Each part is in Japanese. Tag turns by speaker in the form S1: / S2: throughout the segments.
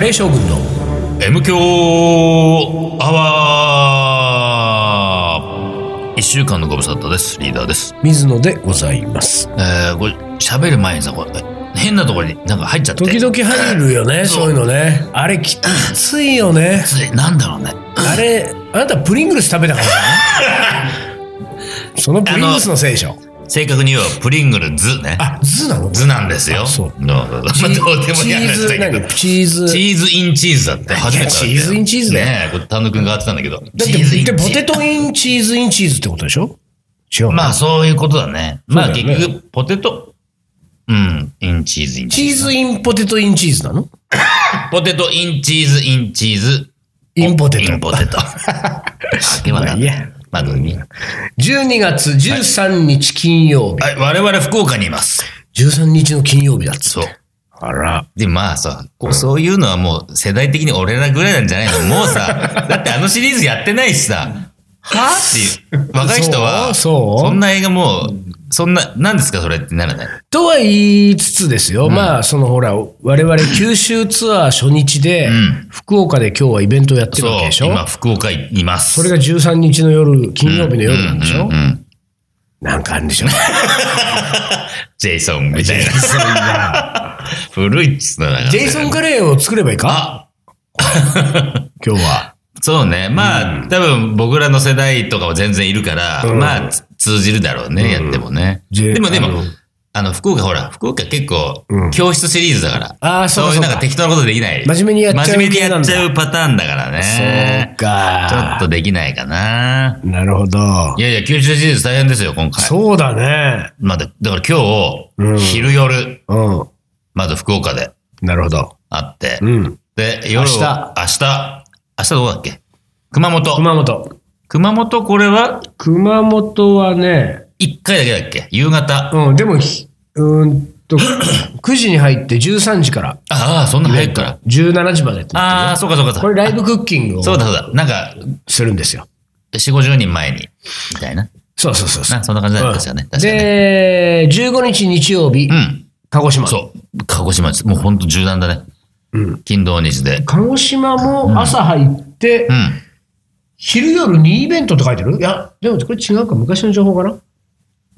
S1: レー将軍の
S2: M 強アワー一週間のご無沙汰です。リーダーです。
S1: 水野でございます。
S2: えー、これ、喋る前にさ、これ、変なところになんか入っちゃって。
S1: 時々入るよね、
S2: そう
S1: そういうのね。あれきついよね。
S2: 々。なんだろうね。
S1: あれ、あなたプリングルス食べたからね。 そのプリングルスの聖書。
S2: 正確に言えば、プリングルズね。
S1: あ、図なの
S2: ズなんですよ。
S1: あそう。
S2: どうどうどう
S1: チ
S2: まあ、どうでもいい
S1: ー
S2: 話
S1: ズ
S2: だけど。
S1: チーズ、
S2: チ
S1: チーズ。
S2: ーズインチーズだって初めてだったよ
S1: いやチーズインチーズだよ
S2: ねえ、これ丹野くんが当てたんだけど。
S1: だっ
S2: チーズイ
S1: て、
S2: ンチ
S1: で
S2: ー
S1: ポ
S2: ズ
S1: テトインチーズインチーズってことでしょ違うの。
S2: まあそういうことだね。まあ
S1: そう
S2: 結
S1: だよね
S2: 局、ポテト、うん、インチーズインチ
S1: チ
S2: ーズ。
S1: ーズインポテトインチーズなの
S2: ポテトインチーズインチーズ。
S1: インポテト
S2: インポテ ト。あ、では
S1: ま
S2: な
S1: あいいや。
S2: まあ、どうでもいいや
S1: ?12 月13日金曜日。
S2: はい我々福岡にいます。
S1: 13日の金曜日だっつ
S2: そ
S1: っ
S2: う
S1: て。。あら。
S2: で、まあさ、こうそういうのはもう世代的に俺らぐらいなんじゃないのもう さ、だってあのシリーズやってないしさ、はっていう。若い人は、
S1: そうそうん
S2: な映画もう、そんな、何ですかそれってならない。
S1: とは言いつつですよ、まあ、そのほら、我々九州ツアー初日で、
S2: ん
S1: 福岡で今日はイベントをやってる
S2: そ
S1: わけでし
S2: う、
S1: ょ
S2: 今福岡にいます。
S1: それが13日の夜、金曜日の夜なんでしょ、
S2: うんうんうん
S1: なんかあるんでし ょ
S2: ジェイソン みたいな。
S1: そんな
S2: 古いっすな。だから
S1: ジェイソンカレーを作ればいいか
S2: あ
S1: 今日は。
S2: そうね。まあ、多分僕らの世代とかは全然いるから、
S1: うん
S2: まあ、つ通じるだろうね、やってもね。
S1: ジェイ
S2: でもでも
S1: あの、
S2: あの、福岡ほら、福岡結構
S1: うん、
S2: 教室シリーズだから。
S1: あーそうか
S2: いうなん
S1: そうか
S2: か適当なことできない。
S1: 真面目にやっちゃう
S2: 真面目に
S1: 系な
S2: や
S1: ん
S2: っ
S1: だ
S2: ちゃうパターンだから
S1: そう
S2: ね。ちょ
S1: か
S2: っ。とできないかな。
S1: なるほど。
S2: いやいや、九州シリーズ大変ですよ、今回。
S1: そうだね。
S2: まあだだから今
S1: うん
S2: 日、昼夜、
S1: うん。
S2: まず福岡で
S1: なるほど。
S2: あって
S1: う、ん。
S2: で、夜を、
S1: 明日
S2: 明日、明日どこだっけ熊本。
S1: 熊本。
S2: 熊本これは
S1: 熊本はね、
S2: 1回だけだっけ夕方。
S1: うん、でもひ、うーんと、9時 に入って13時から、
S2: ああ、そんな早くから。
S1: 17時までってな
S2: あ
S1: っ
S2: あ、そうかそうか
S1: てる。こ
S2: そう
S1: れ
S2: か。
S1: ライブクッキングを
S2: そうだそうだ。なんか、
S1: するんですよ。
S2: 4、50人前に、みたいな。
S1: そうそうそうそう。
S2: なそんな感じだったですよね。確かにね。
S1: で、15日日曜日、
S2: うん。
S1: 鹿児島。
S2: そう。鹿児島です。もうほんと縦断だね。
S1: うん
S2: 金土日で。
S1: 鹿児島も朝入って、
S2: うん。
S1: 昼夜2イベントって書いてるいや、でもこれ違うか、昔の情報かな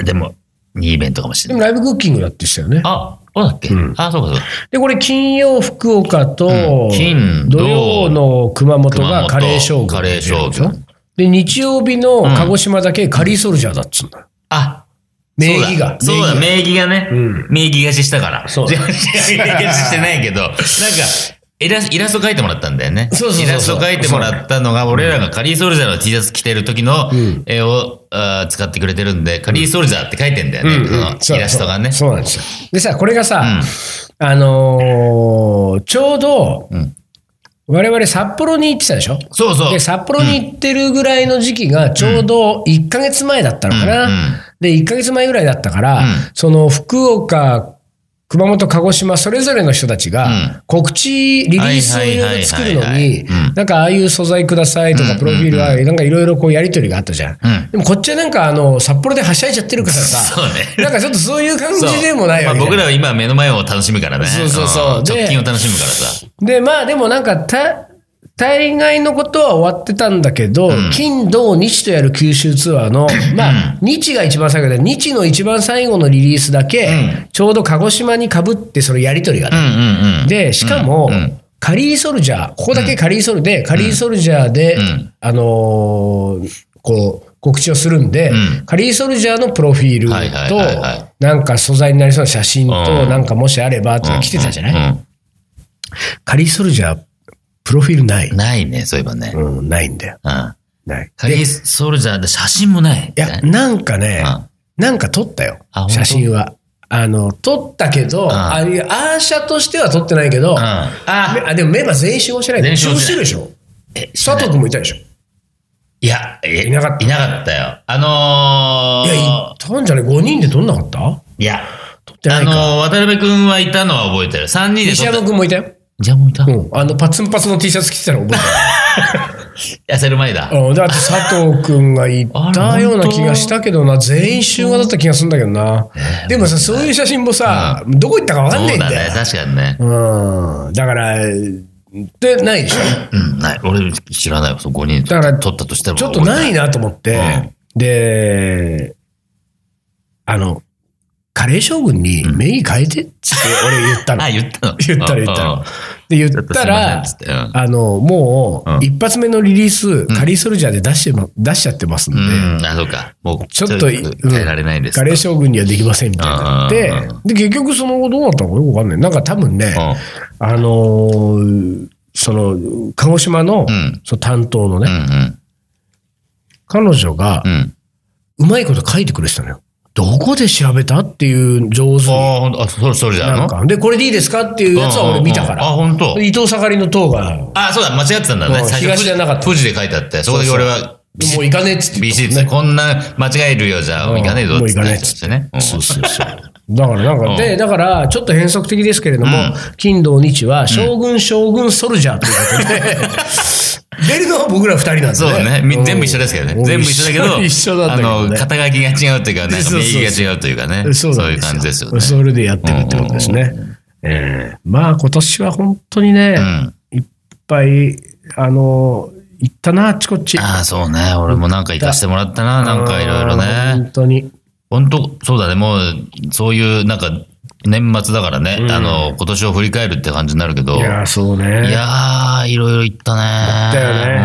S2: でも、2イベントかもし
S1: で
S2: れ
S1: も
S2: ない。
S1: ライブクッキングだってしたよね。
S2: あ、そうだっけ
S1: うん
S2: ああ、そうかそうか。
S1: で、これ金曜福岡と、
S2: うん金
S1: 土曜の熊本
S2: 熊
S1: が
S2: 本
S1: カレー将軍。
S2: カレー将軍。
S1: で、日曜日の鹿児島だけカリーソルジャーだっつうんだよ。
S2: あ、
S1: 名義が。
S2: そうだ、そうだ
S1: 名義
S2: 名義がね、
S1: うん
S2: 名義貸ししたから。
S1: そう
S2: 違う違う名義貸ししてないけど、なんか、イラスイラスト描いてもらったんだよね。
S1: そうそうそうそう
S2: イラスト描いてもらったのが、俺らがカリーソルジャーの T シャツ着てる時の
S1: ん
S2: 絵を、あー使ってくれてるんで、カリーソルジャーって書いてんだよね、
S1: うんうん
S2: そ
S1: そう
S2: のイラストがね。
S1: そうなんですよ。でさ、これがさ、あのーちょうど
S2: うん、
S1: 我々札幌に行ってたでしょ
S2: そうそう。
S1: で、札幌に行ってるぐらいの時期がちょうど1ヶ月前だったのかな。
S2: うんうん
S1: で、1ヶ月前ぐらいだったから、
S2: うん
S1: その福岡、熊本、鹿児島、それぞれの人たち
S2: うん
S1: が、告知、リリースをいろいろ作る
S2: はい
S1: の
S2: はいはい
S1: に
S2: はいうん、
S1: なんかああいう素材くださいと
S2: う
S1: か、
S2: ん
S1: プロフィールは、なんかいろいろこうやりとりがあったじゃん。
S2: うん
S1: でもこっちはなんかあの、札幌ではしゃいじゃってるからさ
S2: そ、うね。
S1: なんかちょっとそういう感
S2: そう
S1: じでもないわけ
S2: まあ、
S1: じゃん
S2: 僕らは今目の前を楽しむからね。
S1: そうそうそうんで
S2: 直近を楽しむからさ。
S1: で、まあでもなんかた、大概のことは終わってたんだけど、
S2: ん
S1: 金、土、日とやる九州ツアーの、 まあ、日が一番最後で、日の一番最後のリリースだけ、
S2: うん
S1: ちょうど鹿児島にかぶって、そのやりとりがあっ
S2: う
S1: た、
S2: んうんうん。
S1: で、しかも、
S2: うんうん
S1: カリーソルジャー、ここだけカリーソルで、カリーソルジャーで、
S2: うん
S1: あのーこう、告知をするんで、
S2: うん
S1: カリーソルジャーのプロフィールと、
S2: はいはいはいはい
S1: なんか素材になりそうな写真と、
S2: うん
S1: なんかもしあれば、とか来てたじゃない、カリーソルジャー、プロフィールない
S2: うんうん。ないね、そういえばね。
S1: うん、ないんだよ。
S2: うん。
S1: ない。
S2: カリーソルジャーで写真もない。
S1: いや、なんかね、なんか撮ったよ
S2: あ本。当
S1: 写真は。あの、撮ったけど、
S2: あ
S1: あいやアーシャとしては撮ってないけど、
S2: うん。
S1: め
S2: あ、
S1: あでもメンバー全員集合してない。
S2: 全員集合してて
S1: る
S2: な
S1: でしょ
S2: え、
S1: 佐藤君もいたでしょ
S2: いや、え
S1: いなかった
S2: いなかったよ。あ
S1: いや、い
S2: の
S1: たんじゃね ?5 人で撮んなかった
S2: ー、いや、
S1: 撮ってな
S2: あ
S1: い
S2: の
S1: か。
S2: ー、渡辺くんはいたのは覚えてる。3人で
S1: 西
S2: 撮った
S1: 山。君もいたよ。
S2: じゃあもういた
S1: うん。あの、パツンパツの T シャツ着てたら覚えて
S2: 痩せる前だ。
S1: る。うん。で、あと佐藤君がいたような気がしたけどな、全員集合だった気がするんだけどな。でもさ、そういう写真もさ、どこ行ったかわかん
S2: そ
S1: な
S2: う
S1: いん
S2: だ
S1: だよ
S2: ね。。確かにね。
S1: うんだから、で、ないでしょ。
S2: うん、ない。俺知らないわ、そう5人
S1: だから
S2: 取ったとしても。
S1: ちょっとない
S2: な。
S1: なと思って、で、あの、カレー将軍に名義変えてって俺言ったの。
S2: あ、言ったの
S1: 言ったら言った
S2: うん
S1: ら
S2: うん。
S1: で、言っ
S2: ちょっと
S1: た
S2: すいま
S1: ら
S2: せんっつっ、てうん
S1: あの、も
S2: うん
S1: う、一発目のリリース、カリーソルジャーで出してま、出しちゃってますんで、
S2: うん、あ、そうか。もう、
S1: ちょっとうん
S2: 耐えられないですと。
S1: カレー将軍にはできませんみたいになって
S2: うんうん、
S1: で、結局その後どうなったのかよくわかんない。なんか多分ね、あのーその、鹿児島の、
S2: うん
S1: その担当の
S2: うん。う
S1: ね、
S2: ん
S1: 彼女が
S2: う、ん。うん。
S1: うまいこと書いてくれてたのよ。どこで調べたっていう上手
S2: あ
S1: に。
S2: あ、ほんと、あ、そそれじゃ
S1: なん
S2: の
S1: か、で、これでいいですかっていうやつは俺見たか
S2: うん
S1: ら。
S2: うんうんあ、本当。
S1: 伊藤盛りの塔が、も
S2: あ、そうだ、間違ってたんだ
S1: う
S2: ね。
S1: ん
S2: 最
S1: 東
S2: 初
S1: じゃなかった
S2: 富士で書いてあって、そこだけ俺は、
S1: う行かねえっつって言
S2: BC
S1: っ
S2: で
S1: たもんね。
S2: す。こんな間違えるようじゃ、
S1: うん
S2: いかねえぞ
S1: もう
S2: っ
S1: い
S2: つ
S1: か
S2: っ
S1: ねえ
S2: て
S1: っつ
S2: ってね。うん
S1: そうそうそう。だからなん
S2: う
S1: か、
S2: ん
S1: で、だから、ちょっと変則的ですけれども
S2: うん、
S1: 金土日は、将軍将軍ソルジャーということで、 出るのは僕ら二人なんで
S2: そうだね。み全部一緒ですけどね。全部一緒だけど、
S1: 一緒なんだけど
S2: あ
S1: ね
S2: の、肩書きが違うというか、なんか
S1: そうそう
S2: 名
S1: そう
S2: 義が違うというかね。
S1: そうなんで
S2: いう
S1: すよ
S2: 感じですよね。
S1: それでやってるってことですね。えーまあ今年は本当に
S2: う
S1: ね、
S2: ん。
S1: いっぱい、あの、行ったな、あっちこっち。
S2: ああ、そうね。俺もなんか行かしてもらったな。なんかいろいろ
S1: あー
S2: ね。
S1: 本当に。
S2: 本当、そうだね。もう、そういう、なんか、年末だからね。
S1: うん
S2: あの、今年を振り返るって感じになるけど。
S1: い
S2: い
S1: や
S2: や
S1: ー、そうね。
S2: ー、いろいろ行ったね。
S1: だよね。
S2: うん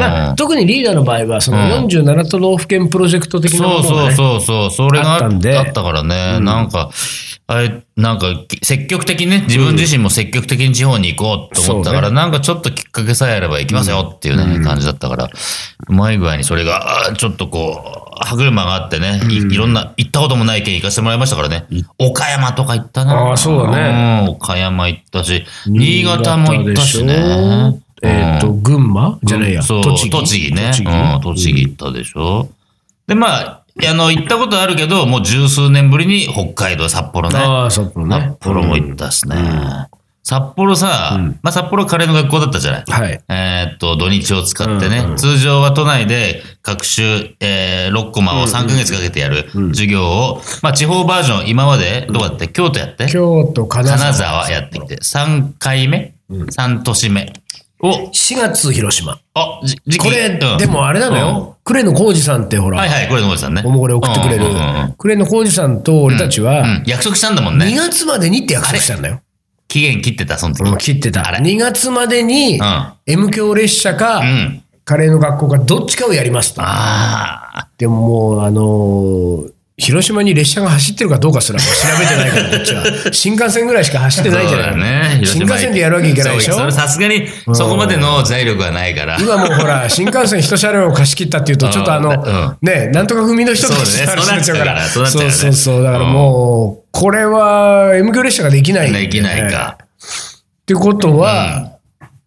S1: まあ、特にリーダーの場合は、その
S2: うん
S1: 47都道府県プロジェクト的なも
S2: そ
S1: の
S2: う
S1: が
S2: そう
S1: ね
S2: そうそう、それが
S1: あ
S2: あ
S1: ったんで
S2: あったからね、なんか、あれ、なんか、積極的にね、自分自身も積極的に地方に行こうと思ったか
S1: そ
S2: ら、
S1: う
S2: なんかちょっときっかけさえあれば行きますよっていうね、感じだったから、うまい具合にそれが、あーちょっとこう、歯車があってね、いいろんな、行ったこともない県行かせてもらいましたからね、岡山とか行ったな。
S1: あーそうだね
S2: うん。岡山行ったし、新潟も行ったし
S1: 新潟で。
S2: ね
S1: ょえっと、
S2: うん、
S1: 群馬じゃないや。
S2: そう、
S1: 栃
S2: 栃
S1: 木。
S2: 木ね。
S1: 栃木
S2: うん、栃木行ったでしょ。で、まあ、あの、行ったことあるけど、もう十数年ぶりに北海道、札幌ね。
S1: ああ、札幌ね
S2: 札。幌も行ったしね。札幌さ、まあ札幌カレーの学校だったじゃない。
S1: はい。
S2: えーっと、土日を使ってね、
S1: うんうん
S2: 通常は都内で各週、えー6コマを3ヶ月かけてやる授業を、まあ地方バージョン、今までどうやって、京都やって
S1: 京都、金
S2: 金
S1: 沢。
S2: 沢やってきて、3回目、三 ?3 年目を、
S1: 4月、広島。
S2: あ、じ時期
S1: これ、
S2: うん
S1: でもあれなのよ。呉野浩二さんってほ
S2: はい
S1: ら、
S2: はい、これの森さんね。
S1: おもこれ送ってくれる
S2: うんうんうんうん。
S1: 呉野浩二さんと俺たちは、
S2: うん約束したんだもん
S1: 2
S2: ね。
S1: 月までにって約束したんだよ。
S2: 期限切ってた、その時。
S1: うん切ってた。
S2: あれ
S1: 2月までに
S2: うん。、あ
S1: M 教列車か
S2: ん、
S1: カレーの学校か、どっちかをやりますと。
S2: あ
S1: でももう、あのー広島に列車が走ってるかどうかすらもう調べてないから、こっち は。新幹線ぐらいしか走って
S2: ー。
S1: ないじ
S2: そ
S1: ゃ
S2: う
S1: な
S2: だ
S1: い、
S2: ね。広
S1: 新
S2: 島
S1: 幹線でやるわけいけないでしょ
S2: そうそれさすがに、そこまでの財力はないから。
S1: 今もうほら、新幹線一車両を貸し切ったっていうと、ちょっとあの、
S2: うん
S1: ね、なんとか組の人たち
S2: そうだね
S1: の話になっちゃうから。
S2: そうなっちゃう
S1: そ
S2: か
S1: うそ
S2: ら
S1: うそう。だから
S2: うん
S1: もう、これは M 級列車ができないんで、
S2: できないか。
S1: ってことは、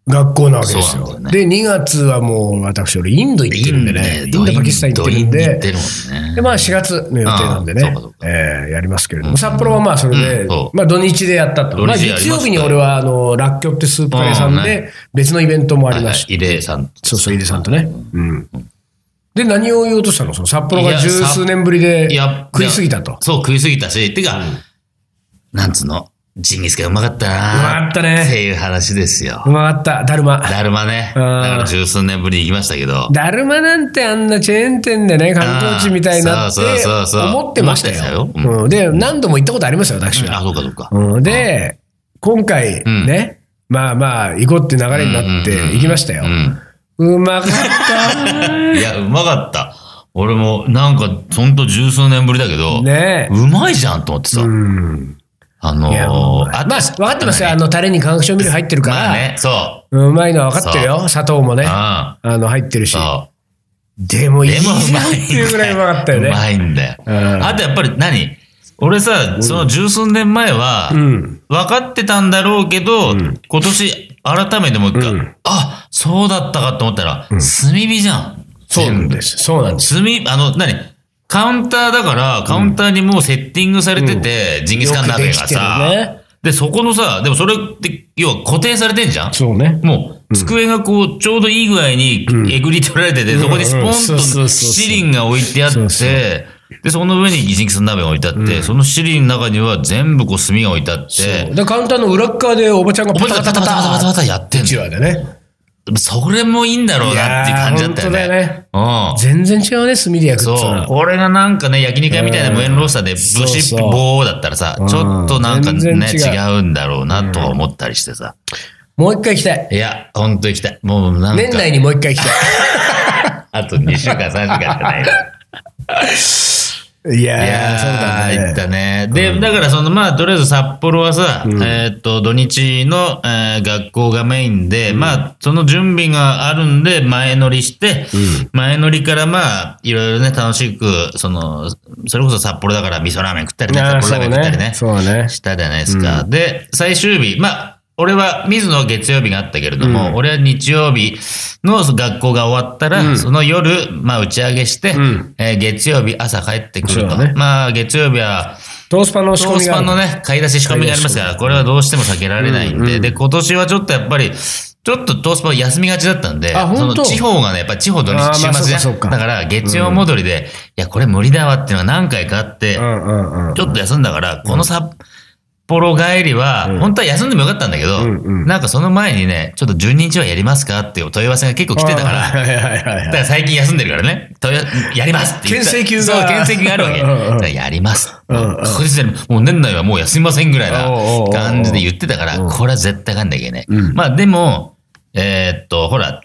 S1: 学校なわけですよ。
S2: そうなんだ
S1: で、2月はもう、私、俺、インド行ってるんでね。インド、パキスタン行ってるん
S2: ドインに
S1: で
S2: 行っ。てるもんね。
S1: で、まあ4月の予定なんで
S2: ああ
S1: ね
S2: そうかそう、か
S1: えーやりますけれども、札幌はまあそれで、
S2: うんそう
S1: まあ土日でやったと。
S2: 土
S1: まあ
S2: 日やりまし
S1: 月
S2: たよ
S1: 曜日に俺は、あの、らっきょうってスープカレーさん
S2: うん
S1: で、別のイベントもありました。
S2: はい入江さん。
S1: そうそう、井出さんとね。うん。で、何を言おうとしたのその札幌が十数年ぶりで
S2: いや、
S1: 食いすぎたと。
S2: そう、食いすぎたし、てか、なんつうの、ジンギスカンうまかったな。
S1: うまかったね
S2: っていう話ですよ
S1: う。まかった、だるま。
S2: だるまね。
S1: う
S2: だ
S1: ん
S2: から十数年ぶりに行きましたけど。
S1: だるまなんてあんなチェーン店でね、観光地みたいになって
S2: そうそうそうそう
S1: 思ってましたよ。
S2: 思ってたよ
S1: うんで、何度も行ったことありますよ、私は
S2: あ、。そうかそうか。
S1: うん、で、今回
S2: ん
S1: ね、まあまあ、行こうって流れになって
S2: うんうんうんうん
S1: 行きましたよ
S2: う。ん。
S1: うまかった
S2: いや、うまかった。俺も、なんか、ほんと十数年ぶりだけど、
S1: ね
S2: うまいじゃんと思ってさ
S1: う。ん。
S2: あの
S1: いや、もうま
S2: ー、
S1: あ、分かってますよ。あの、タレに化学調味料入ってるか
S2: ま
S1: ら、
S2: あね、そう。
S1: うんうまいのは分かってるよ。砂糖もね
S2: うん。。
S1: あの、入ってるし。
S2: そう。
S1: でもいい
S2: でもう
S1: な
S2: ま
S1: っ
S2: い
S1: て
S2: んだよ。
S1: いうぐらいうまかったよ
S2: う
S1: ね。
S2: まいんだよ。
S1: うん
S2: あとやっぱり何俺さ、その十数年前は、
S1: うん。
S2: 分かってたんだろうけど、今年改めてもう一回、
S1: うん
S2: あ、そうだったかと思ったら、炭火じゃん。
S1: そうなん
S2: 全部
S1: です。そうなんです。
S2: 炭、あの、何カウンターだから、カウンターにもうセッティングされてて、ジンギスカン鍋が
S1: よくできて
S2: さ、
S1: るね
S2: で、そこのさ、でもそれって、要は固定されてんじゃん
S1: そうね。
S2: もう、机がこう、ちょうどいい具合に、えぐり取られてて、そこにスポン
S1: うんうんそうそうそうそ
S2: と
S1: う
S2: 七輪が置いてあっ
S1: そうそ
S2: て、で、その上に一日その鍋が置いてあって、そのシリーの中には全部こう炭が置いてあっ
S1: そう
S2: て、
S1: だから簡単の裏っ側でおばちゃんが
S2: お
S1: パ
S2: 前
S1: タ
S2: ら
S1: パタ
S2: がタ
S1: パタ
S2: タタタタ
S1: パ
S2: タタやって
S1: タ
S2: ん
S1: うち
S2: の。
S1: わでね。
S2: それもいいんだろうなっていう感じだったよ
S1: いやー本当だよ
S2: ね。
S1: ね
S2: うん。
S1: 全然違うね、炭で焼く
S2: そ
S1: っつうの
S2: う
S1: は。
S2: これがなんかね、焼肉屋みたいな無縁ロースターで、ブシ
S1: そうそう
S2: ッ棒だったらさ、ちょっとなんか
S1: 全
S2: ね、
S1: 然違
S2: 違うんだろうなとは思ったりしてさ。
S1: もう一回行きたい。
S2: いや、ほんと行きたい。もうなん
S1: 年
S2: か、
S1: 内にもう一回行きた
S2: あと2週間、3週間じゃ ない。
S1: い。い
S2: いやー、行
S1: ね。
S2: ったね。で、だからその、まあ、とりあえず札幌はさ、えーっと、土日の、えー学校がメインで、まあ、その準備があるんで、前乗りして、前乗りからまあ、いろいろね、楽しく、その、それこそ札幌だから味噌ラーメン食ったりね、
S1: あー
S2: 札幌ラーメン食ったりね。
S1: そうね。そうね。
S2: したじゃないですか。で、最終日、まあ、俺は、水野は月曜日があったけれども、俺は日曜日のその学校が終わったら、その夜、まあ、打ち上げして、
S1: ん
S2: えー月曜日朝帰ってくる
S1: そ
S2: と。
S1: うだね
S2: まあ、月曜日は、
S1: トースパの仕
S2: ト
S1: 込
S2: ー
S1: み
S2: ス
S1: がある
S2: パンのね、買い出し仕込みがありますから、これはどうしても避けられないんで、で、今年はちょっとやっぱり、ちょっとトースパン休みがちだったんで、
S1: あ
S2: そ
S1: 本
S2: の
S1: 当
S2: 地方がね、やっぱ地方土日
S1: あーまあ
S2: 週末じゃん
S1: そうかそうか
S2: だから月曜戻りで、いや、これ無理だわっていうのが何回かあって、
S1: うんうんうん。
S2: ちょっと休んだから、この札幌帰りは、本当は休んでもよかったんだけど、
S1: んうん
S2: なんかその前にね、ちょっと12日はやりますかっていう問い合わせが結構来てたか
S1: あー
S2: ら、
S1: はいはいはい
S2: だ
S1: は
S2: か
S1: い。
S2: ら最近休んでるからね、問い合わやりますって言った
S1: 牽制球が
S2: そう、牽制球があるわけ。
S1: う
S2: だ
S1: んうんうん
S2: からやります。
S1: うんうん
S2: 確実に、もう年内はもう休みませんぐらい
S1: おうおうおうおう
S2: な感じで言ってたから、これは絶対かんなきゃいけない。まあでも、えーっと、ほら、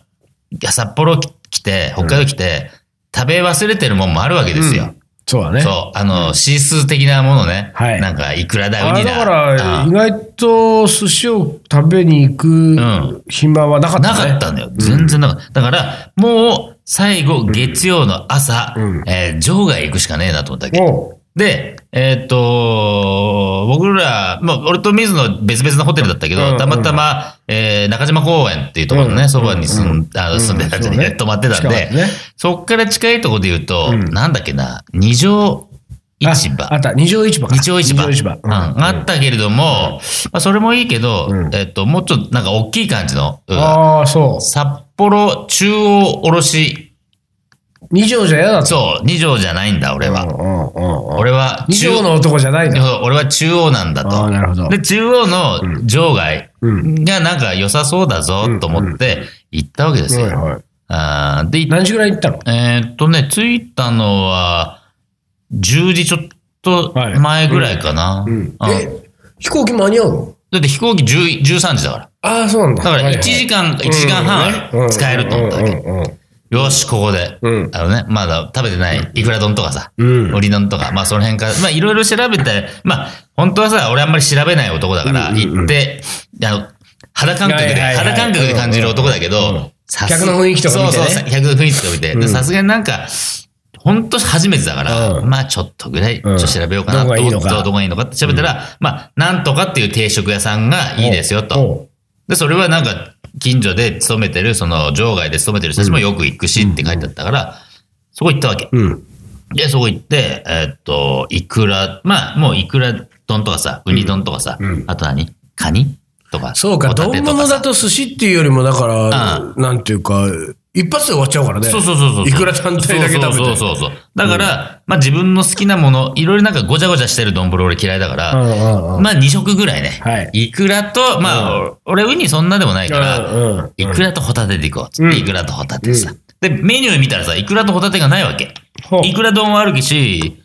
S2: 札幌来て、北海道来て、食べ忘れてるもんもあるわけですよ。
S1: そうだね。
S2: そう、あの、シースー的なものね。
S1: はい
S2: なんか、イクラだ、ウ
S1: あれ
S2: ニだ。
S1: だから、
S2: あ
S1: 意外と寿司を食べに行く
S2: ん
S1: 暇はなかった
S2: な
S1: ね。
S2: かったんだよ。全然なかった。だから、もう、最後、月曜の朝、えー場外行くしかねえなと思ったわけ。
S1: おう
S2: で、えーっと、僕ら、まあ、俺と水野別々のホテルだったけ
S1: うんう
S2: ど、
S1: ん
S2: たまたま、えー中島公園っていうところの
S1: う
S2: ね、
S1: ん
S2: そばに住んあの住んでたんじゃねえ
S1: そうね
S2: 泊まってたん
S1: 近かっ
S2: で
S1: たね、
S2: そっから近いところで言うと、なんだっけな、二条
S1: あ
S2: 市場
S1: あ。った、二条市場か。
S2: 二丁市場。
S1: 二条市場。
S2: うんあったけれども、まあ、それもいいけど、えっと、もうちょっとなんか大きい感じの、うん
S1: ああ、そ
S2: 札幌中央卸、
S1: う。二条じゃ嫌だった。
S2: そう、二条じゃないんだ、俺
S1: う
S2: は。
S1: んうんうんうん
S2: 俺は
S1: 二
S2: 中
S1: 条の男じゃないんだ。
S2: そう俺は中央なんだ
S1: ああ、
S2: と。
S1: なるほど。
S2: で、中央の場外
S1: うん
S2: がなんか良さそうだぞと思って行ったわけですよ。
S1: はいはい
S2: あーで、
S1: 何時ぐらい行ったの
S2: えーっとね、着いたのは、10時ちょっと前ぐらいかな。うん
S1: え、飛行機間に合うの
S2: だって飛行機10 13時だから。
S1: ああ、そうなんだ。
S2: だか
S1: は
S2: ら
S1: い
S2: 1
S1: はい
S2: 時間、1時間半使えると思ったわけ。
S1: け。
S2: よし、ここで。
S1: うん
S2: あのね、まだ食べてないイクラ丼とかさ、
S1: うん
S2: オリ丼とか、まあその辺から、まあいろいろ調べて、まあ本当はさ、俺あんまり調べない男だから、行って、あの、肌感覚
S1: はい
S2: で、
S1: はいはい
S2: 肌感覚で感じる男だけど、さす
S1: 客の雰囲気とか見てね
S2: そうそう、客の雰囲気とか見て。でさすがになんか、本当初めてだから、
S1: う
S2: まあちょっとぐらい、ち
S1: う
S2: ょ
S1: ん
S2: っと調べようかな
S1: どこ
S2: と
S1: がいいの
S2: 思
S1: か
S2: どこがいいのかって調べたら、まあなんとかっていう定食屋さんがいいですよと。
S1: お
S2: で、それはなんか、近所で勤めてる、その、場外で勤めてる人たちもよく行くしって書いてあったから、そこ行ったわけ。
S1: ううん。
S2: で、そこ行って、えーっと、イクラ、まあ、もうイクラ丼とかさ、ウニ丼とかさ、あと何カニとか。
S1: そうか、
S2: ホタ
S1: 丼
S2: テと
S1: 物
S2: かさ
S1: だと寿司っていうよりも、だから、
S2: う
S1: なんていうか、一発で終わっちゃうからね。
S2: そうそうそうそう。
S1: いくら単体だけ食べて。
S2: そうそうそうそう。だから、まあ自分の好きなもの、いろいろなんかごちゃごちゃしてる丼俺嫌いだから、
S1: うんうんうん
S2: まあ2食ぐらいね。
S1: はい
S2: くらと、まあ、俺ウニそんなでもないから、
S1: うんうん
S2: いくらとホタテでいこうっつって、いくらとホタテさ。で、メニュー見たらさ、いくらとホタテがないわけ
S1: ほ。う
S2: いくら丼はある し、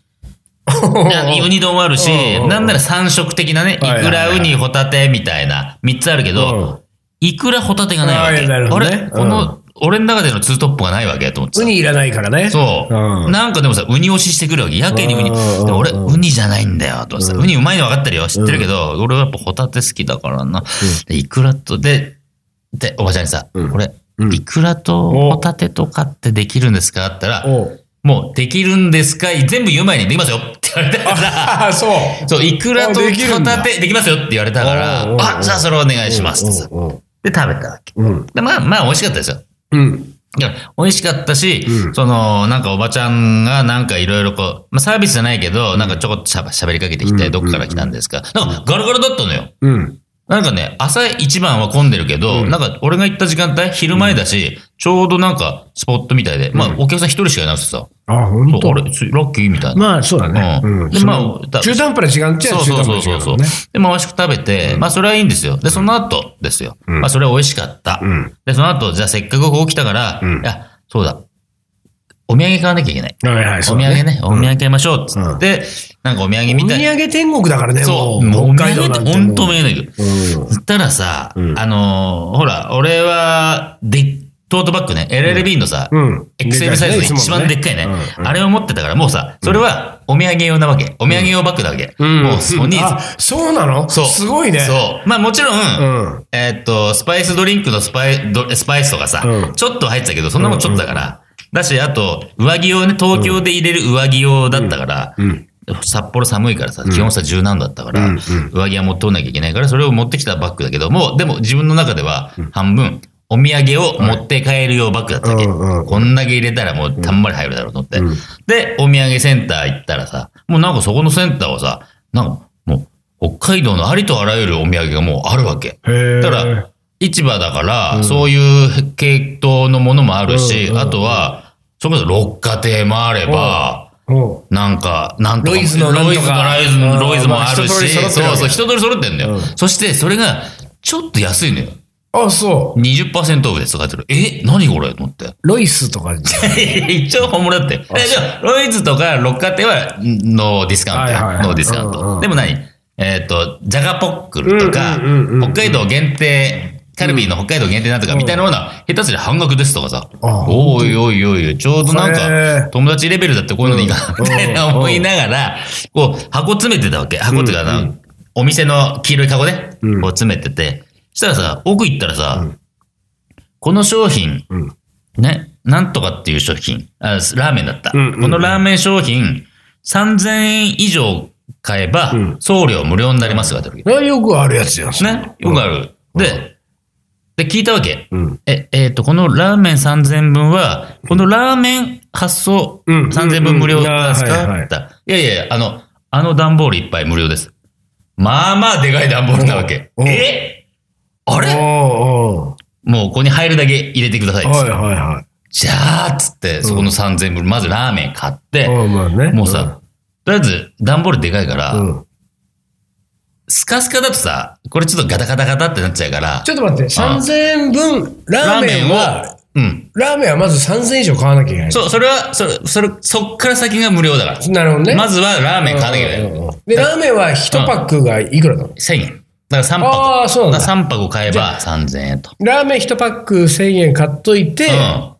S2: ウニ丼はあるし
S1: うんうんう、ん
S2: なんなら三色的なね、いく
S1: はいはいはい
S2: ら、ウニ、ホタテみたいな、三つあるけど、いくらホタテがないわ
S1: あ
S2: け。
S1: ーなるほ
S2: あ
S1: どね
S2: れ
S1: うん
S2: この、俺の中でのツートップがないわけと思って
S1: ウ
S2: さ。
S1: ニいらないからね。
S2: そう。
S1: うん
S2: なんかでもさ、ウニ推ししてくるわけ。やけにウニ。
S1: うんうんうん
S2: で俺、ウニじゃないんだよ、と思ってさ。ウニうまいの分かってるよ。知ってるけど、俺はやっぱホタテ好きだからな。で、イクラと、で、で、おばちゃんにさ、これ、イクラとホタテとかってできるんですかって言ったら、
S1: おう。
S2: もう、できるんですかい全部言う前に、できますよって言われたから、
S1: ああ、そう。
S2: そう、イクラと
S1: あできる
S2: ホ
S1: んだ
S2: タテできますよって言われたから、
S1: おうおうおう
S2: あ、じゃあそれお願いしますってさ。
S1: うん
S2: で、食べたわけ。
S1: うん。
S2: で、まあ、まあ、美味しかったですよ。
S1: うん。
S2: いや、美味しかったし、
S1: うん
S2: その、なんかおばちゃんがなんかいろいろこう、まあサービスじゃないけど、なんかちょこっとしゃべしゃべりかけてきて、
S1: うん
S2: どっから来たんですか。なんかガラガラだったのよ。
S1: うん。
S2: なんかね、朝一番は混んでるけど、なんか俺が行った時間帯、昼前だし、ちょうどなんか、スポットみたいで、まあ、お客さん一人しかいなくてさ、
S1: あ、本
S2: そう
S1: 当
S2: あ。れ、つラッキーみたいな。
S1: まあ、そうだね。
S2: うん
S1: うん
S2: で
S1: そ
S2: まあ
S1: の
S2: だ
S1: 中途半端な時間っちゃ
S2: そう
S1: 中途
S2: そう
S1: 半端
S2: そう
S1: な時間だ
S2: そうそ
S1: も
S2: う。
S1: んね。
S2: で、まあ、美味しく食べて、まあ、それはいいんですよ。で、その後ですよ。
S1: うん
S2: まあ、それは美味しかった。
S1: うん
S2: で、その後、じゃあ、せっかくここ来たから、
S1: うん
S2: いや、そうだ。お土産買わなきゃいけない。
S1: はいはい、
S2: お
S1: そ
S2: 土
S1: う
S2: 産
S1: だね。
S2: ね、お土産買いましょうっつって、なんかお土産み
S1: お
S2: たい
S1: 土
S2: な。
S1: 産天国だからね、
S2: そう、
S1: も
S2: もうお
S1: う。
S2: 土
S1: 北海道
S2: 産
S1: な
S2: っ
S1: ん
S2: て
S1: て。
S2: 本当お土産だけど。
S1: うん。
S2: 言ったらさ、
S1: うん
S2: あのーほら、俺は、で、トートバッグね、LLB のさ、
S1: うん。
S2: XL サイズの一番でっかいね。あれを持ってたから、もうさ、それはお土産用なわけ。お土産用バッグなわけ。
S1: うん。
S2: もう、そこに、
S1: あ、そうなの
S2: そう。
S1: すごいね。
S2: そう。まあもちろん、
S1: うん。
S2: えーっと、スパイスドリンクのスパイ、ドスパイスとかさ、
S1: うん
S2: ちょっと入ってたけど、そんなもんちょっとだから。だし、あと、上着用ね、東京で入れる上着用だったから、
S1: うん。
S2: 札幌寒いからさ、気温差10何だったから、
S1: うんうん
S2: 上着は持っておなきゃいけないから、それを持ってきたバッグだけども、でも自分の中では半分、お土産を持って帰る用バッグだったわけ。
S1: うんうん
S2: こんだけ入れたらもうたんまり入るだろうと思って。
S1: うん
S2: で、お土産センター行ったらさ、もうなんかそこのセンターはさ、なんかもう北海道のありとあらゆるお土産がもうあるわけ。
S1: へえ。
S2: ただ、市場だから、そういう系統のものもある
S1: うん
S2: し、
S1: うんうん
S2: あとは、それこそ六花亭もあれば、
S1: うん、
S2: なんか、なんとかも
S1: ロイズのなんとか
S2: ロイズも
S1: あ
S2: ライズも
S1: ー
S2: ロイズもある
S1: まあ一通り
S2: し、
S1: 揃ってるわ
S2: そう
S1: け
S2: そう、人通り揃ってんだよ。
S1: うん
S2: そして、それが、ちょっと安いのよ。
S1: あ、そう。
S2: 20%オフですとか書いてる。え何これと思って。
S1: ロイスとかじゃん
S2: 一応本物だって。えじゃあ、ロイズとか六花亭は、んノーディスカウン
S1: は
S2: ト
S1: いはいは
S2: や。
S1: い
S2: ノーディスカウン
S1: うんう
S2: ト。
S1: ん
S2: でも何えっと、ジャガポックルとか
S1: うんうんうんうん、
S2: 北海道限定、カルビーの北海道限定なんとかみたいなものは、下手すりゃ半額ですとかさ。
S1: あ
S2: おいおいおいおい、ちょうどなん
S1: へ
S2: か、
S1: ー
S2: 友達レベルだってこういうのでいいかな、
S1: うん
S2: みたいな思いながら、こう、箱詰めてたわけ。箱っていうかな、お店の黄色いカゴね、
S1: うん
S2: こう詰めてて。したらさ、奥行ったらさ、この商品、
S1: うん
S2: ね、なんとかっていう商品、あラーメンだった。
S1: うんうんうん
S2: このラーメン商品、3000円以上買えば、
S1: うん
S2: 送料無料になりますが、ってわけ
S1: あよくあるやつじゃん。
S2: ね、よくある。で、で、聞いたわけ。
S1: うん。
S2: え、えっ、と、このラーメン3000分は、このラーメン発送
S1: うん
S2: 3000分無料なんです
S1: うんうんうんあーはい
S2: か
S1: はい
S2: って言ったらいやいや、あの、あの段ボールいっぱい無料です。まあまあでかい段ボールなわけ。
S1: うんうん
S2: えあれ
S1: おーお
S2: もうここに入るだけ入れてください
S1: ー
S2: っつっ
S1: は
S2: て
S1: いはいは
S2: じゃあ、つって、そこの3000分、まずラーメン買っ
S1: い。
S2: て、
S1: おーまあね。
S2: もうさ、とりあえず段ボールでかいから、
S1: うん、うん。
S2: スカスカだとさ、これちょっとガタガタガタってなっちゃうから、
S1: ちょっと待って、3000円分、ラーメンは、
S2: ラーメンを、うん。
S1: ラーメンはまず3000円以上買わなきゃいけない。
S2: そう、それは、それ、それ、そっから先が無料だから。
S1: なるほどね。
S2: まずはラーメン買わなきゃいけ
S1: う
S2: なんい。
S1: うんうんで、ラーメンは1パックがいくらだろう
S2: 1000円。だから3
S1: あ
S2: 箱。
S1: あ、そうなん
S2: だ
S1: だ。
S2: から3箱買えば3000円と。
S1: ラーメン1パック1000円買っといて、
S2: うん。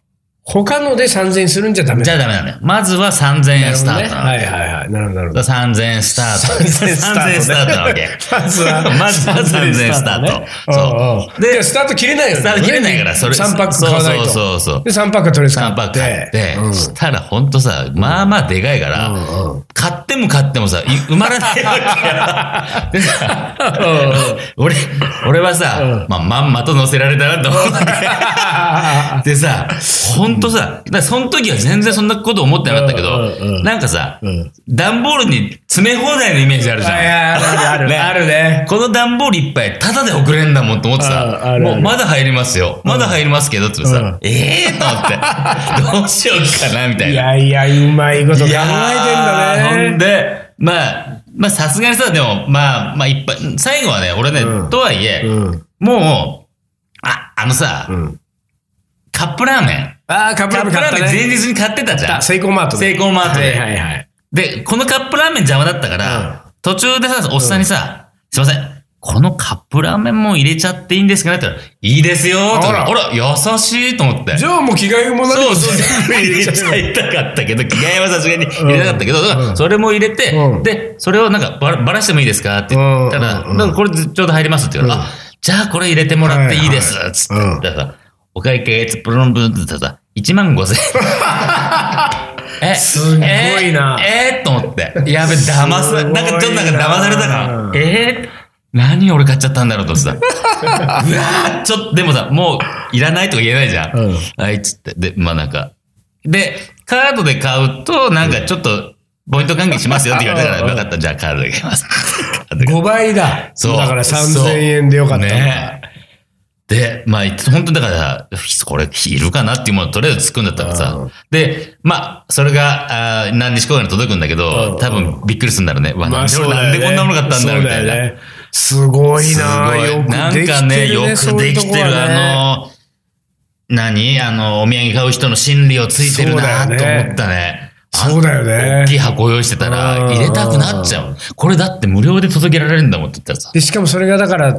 S1: 他ので3000円するんじゃダメ
S2: じゃあダメなのよ。まずは3000円スタートなの。
S1: はいはいはい。なるほど、なるほど
S2: だ。から3000円スタート。
S1: 3000スタートね
S2: 3000円スタートなわけ。
S1: まずは
S2: まずは3000スタート。そう。
S1: そう。で、スタート切れないよね。
S2: スタート切れないから、それ。
S1: 3パック買わないと。
S2: そうそうそうそう。
S1: で、3パックとりあえず買
S2: 3パッ
S1: っ
S2: ク買
S1: て
S2: っ。て、したらほんとさ、まあまあでかいから、
S1: うんうん
S2: 買っても買ってもさ、い埋まらないわけよでさ俺、俺はさ、まあ、まんまと乗せられたなと思 って。でさ、ほんとさ、だからその時は全然そんなこと思ってなかったけ
S1: うんうんう
S2: ど、
S1: ん
S2: なんかさ
S1: ん、
S2: 段ボールに詰め放題のイメージあるじ
S1: あい
S2: ゃん。
S1: やあるある。あるね。
S2: この段ボールいっぱい、タダで送れんだもんと思って
S1: あ
S2: さ
S1: あ、るあ
S2: も
S1: る
S2: うまだ入りますよ。まだ入りますけど、つって
S1: う
S2: さ
S1: ん、
S2: ええと思って、 どうしようかな、みたい
S1: いや
S2: な。
S1: いや、うまいこと考えてんだ
S2: いやーほん
S1: ね。
S2: で、まあ、まあさすがにさ、でも、まあ、まあいっぱい、最後はね、俺ね、
S1: うん
S2: とはいえ、
S1: うん。
S2: もう、あ、あのさ、
S1: うん。
S2: カップラーメン。
S1: ああ、カップ
S2: カ
S1: ラー
S2: ッ
S1: メ
S2: プ
S1: ン買
S2: ラ
S1: っ
S2: ーメン
S1: たね。
S2: 前日に買ってたじゃん。
S1: セイコーマートで
S2: セイコーマート
S1: は
S2: で。
S1: いはいはい。
S2: で、このカップラーメン邪魔だったから、途中でさ、おっさんにさ、すいません、このカップラーメンも入れちゃっていいんですかねって言ったら、いいですよーって言った
S1: あ
S2: ら、あら、優しいと思って。
S1: じゃあもう着替えも何
S2: そう
S1: も
S2: そう、全部入れちゃいたかったけど、着替えはさすがに入れなかったけど、だからそれも入れて、
S1: うん
S2: で、それをなんかばらばらしてもいいですかって言ったら、
S1: うんうん
S2: だからこれちょうど入りますって言うから、
S1: うん
S2: あ、じゃあこれ入れてもらっていいです、つって。
S1: はいはい
S2: だから、お会計、つプロンブンって言ったらさ、1万5千円。え
S1: すごいな
S2: えーえーと思って。やべ、騙さ、なん
S1: すごいな
S2: かちょっとなんか騙されたから、えー何俺買っちゃったんだろうと 思ってさ。うわーちょっと、でもさ、もういらないとか言えないじゃん。
S1: うん
S2: あいつって。で、まあなんか。で、カードで買うと、なんかちょっと、ポイント還元しますよって言われ たから、分かった、じゃあカードで買います。カードで買います
S1: 5倍だ。
S2: そう
S1: だから3000円でよかったんだ。
S2: ねえで、まあ、本当にだから、これ、いるかなっていうものをとりあえず作るんだったら
S1: う
S2: さ。で、まあ、それが、あー何日後かに届くんだけ
S1: うん
S2: ど、多分びっくりするんだろうね。うわ、なんで俺なんでこんなもの買ったんだろうみたいな。
S1: な。すごい
S2: す
S1: な
S2: ごい
S1: よく
S2: な
S1: で
S2: ん
S1: き
S2: か
S1: て
S2: ね、
S1: る
S2: よ
S1: ね。そう
S2: く
S1: い
S2: で
S1: うと
S2: き
S1: こ
S2: てる。
S1: はね
S2: あの、何あの、お土産買う人の心理をついてるな
S1: そうだ
S2: と
S1: よね
S2: 思ったね。
S1: そうだよね
S2: 大きい箱用意してたら、
S1: うん
S2: 入れたくなっちゃう。これだって無料で届けられるんだもんって言ったらさ。
S1: で、しかもそれがだから、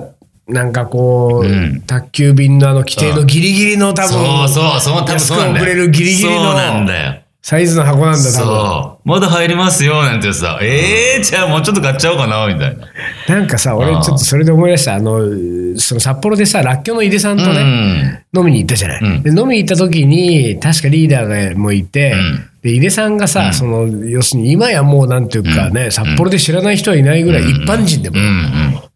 S1: なんかこう、
S2: うん
S1: 宅急便のあの規定のギリギリの多分、
S2: そうそう、そう、多分そうなんだ
S1: 安く
S2: よ。
S1: 送れるギリギリの
S2: そうなんだよ。
S1: サイズの箱なんだ、多分。
S2: そう。まだ入りますよ、なんてさ。ええー、じゃあもうちょっと買っちゃおうかな、みたいな。
S1: なんかさ、俺ちょっとそれで思い出した、あの、その札幌でさ、らっきょうの井出さんとね、飲みに行ったじゃない、
S2: うん
S1: で飲みに行った時に確かリーダーがもういて、
S2: うん
S1: で井出さんがさ、その要するに今やもうなんていうかね、札幌で知らない人はいないぐらい一般人でも,、
S2: うん。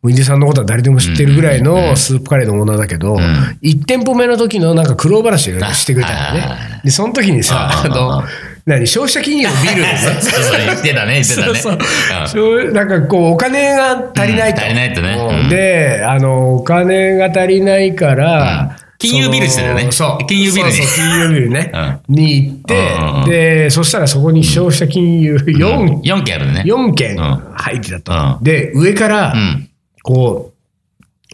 S2: うん。
S1: 井出さんのことは誰でも知ってるぐらいのスープカレーのオーナーだけど、一1店舗目の時のなんか苦労話をしてくれたの
S2: あ
S1: ねでその時にさあ
S2: あ
S1: の何消費者金融のビルでね
S2: そうそう、言ってたね、言ってたね。
S1: そう
S2: うん
S1: そうなんかこう、お金が足りないと。
S2: うん足りないとね
S1: うんで、あの、お金が足りないから、
S2: うん金融ビルしてたよね
S1: そのそう。
S2: 金融ビルに
S1: そうそう金融ビルね。 に行って
S2: うんうんう、ん
S1: で、そしたらそこに消費者金融4、
S2: 4件あるね。
S1: 4件
S2: うん
S1: 入ってたと。
S2: う
S1: で、上から、
S2: ん。
S1: こ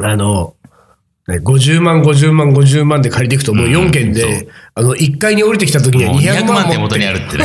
S1: う、あの、ね50万、50万、50万で借りていくと、もう4件
S2: うん
S1: で、あの、1階に降りてきた時には
S2: もう200
S1: 200万持
S2: 万
S1: っ
S2: 手
S1: て
S2: 元にあるってね。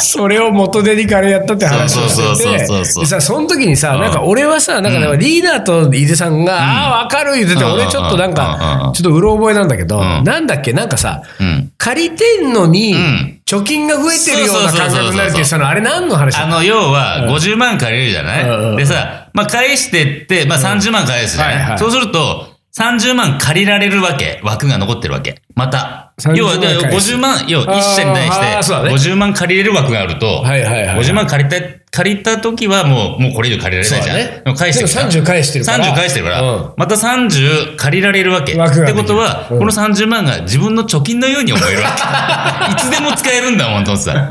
S1: それを元手にカレーやったって話を
S2: そう
S1: し
S2: そう
S1: てて
S2: そうそう
S1: でさ、その時にさ、
S2: うん
S1: なんか俺はさ、なんかなんかリーダーと井出さんが、ああ、わかる言ってて、
S2: うん
S1: 俺ちょっとなん
S2: うんうんう
S1: か
S2: ん、
S1: ちょっとうろ覚えなんだけど、
S2: ん
S1: なんだっけ、なんかさ、
S2: うん。
S1: 借りてんのに
S2: ん、
S1: 貯金が増えてるような感覚になるって
S2: そうそうそうそ
S1: いうう、そのあれ何の話だ
S2: あ
S1: っ
S2: の、要は、50万借りるじゃな
S1: うんうん
S2: いでさ、まあ、返してって、まあ、30万返すじゃ
S1: はいは
S2: ないいそうすると、30万借りられるわけ。枠が残ってるわけ。また。
S1: 30
S2: 要は、
S1: 万返す
S2: 50万、要は、一社に対
S1: あーあー
S2: し
S1: そう
S2: て、
S1: だね
S2: 50万借りれる枠があると、
S1: はいはいはいはい
S2: 50万借りた、借りた時はもう、もうこれ以上借りられないじゃん。
S1: そうだね
S2: でも返してきた
S1: でも30返してるから
S2: 30返してるから、
S1: うん
S2: また30借りられるわけ。
S1: 枠が
S2: ってことは、
S1: うん
S2: この30万が自分の貯金のように思えるわ け。いつでも使えるんだもん、と思ってた。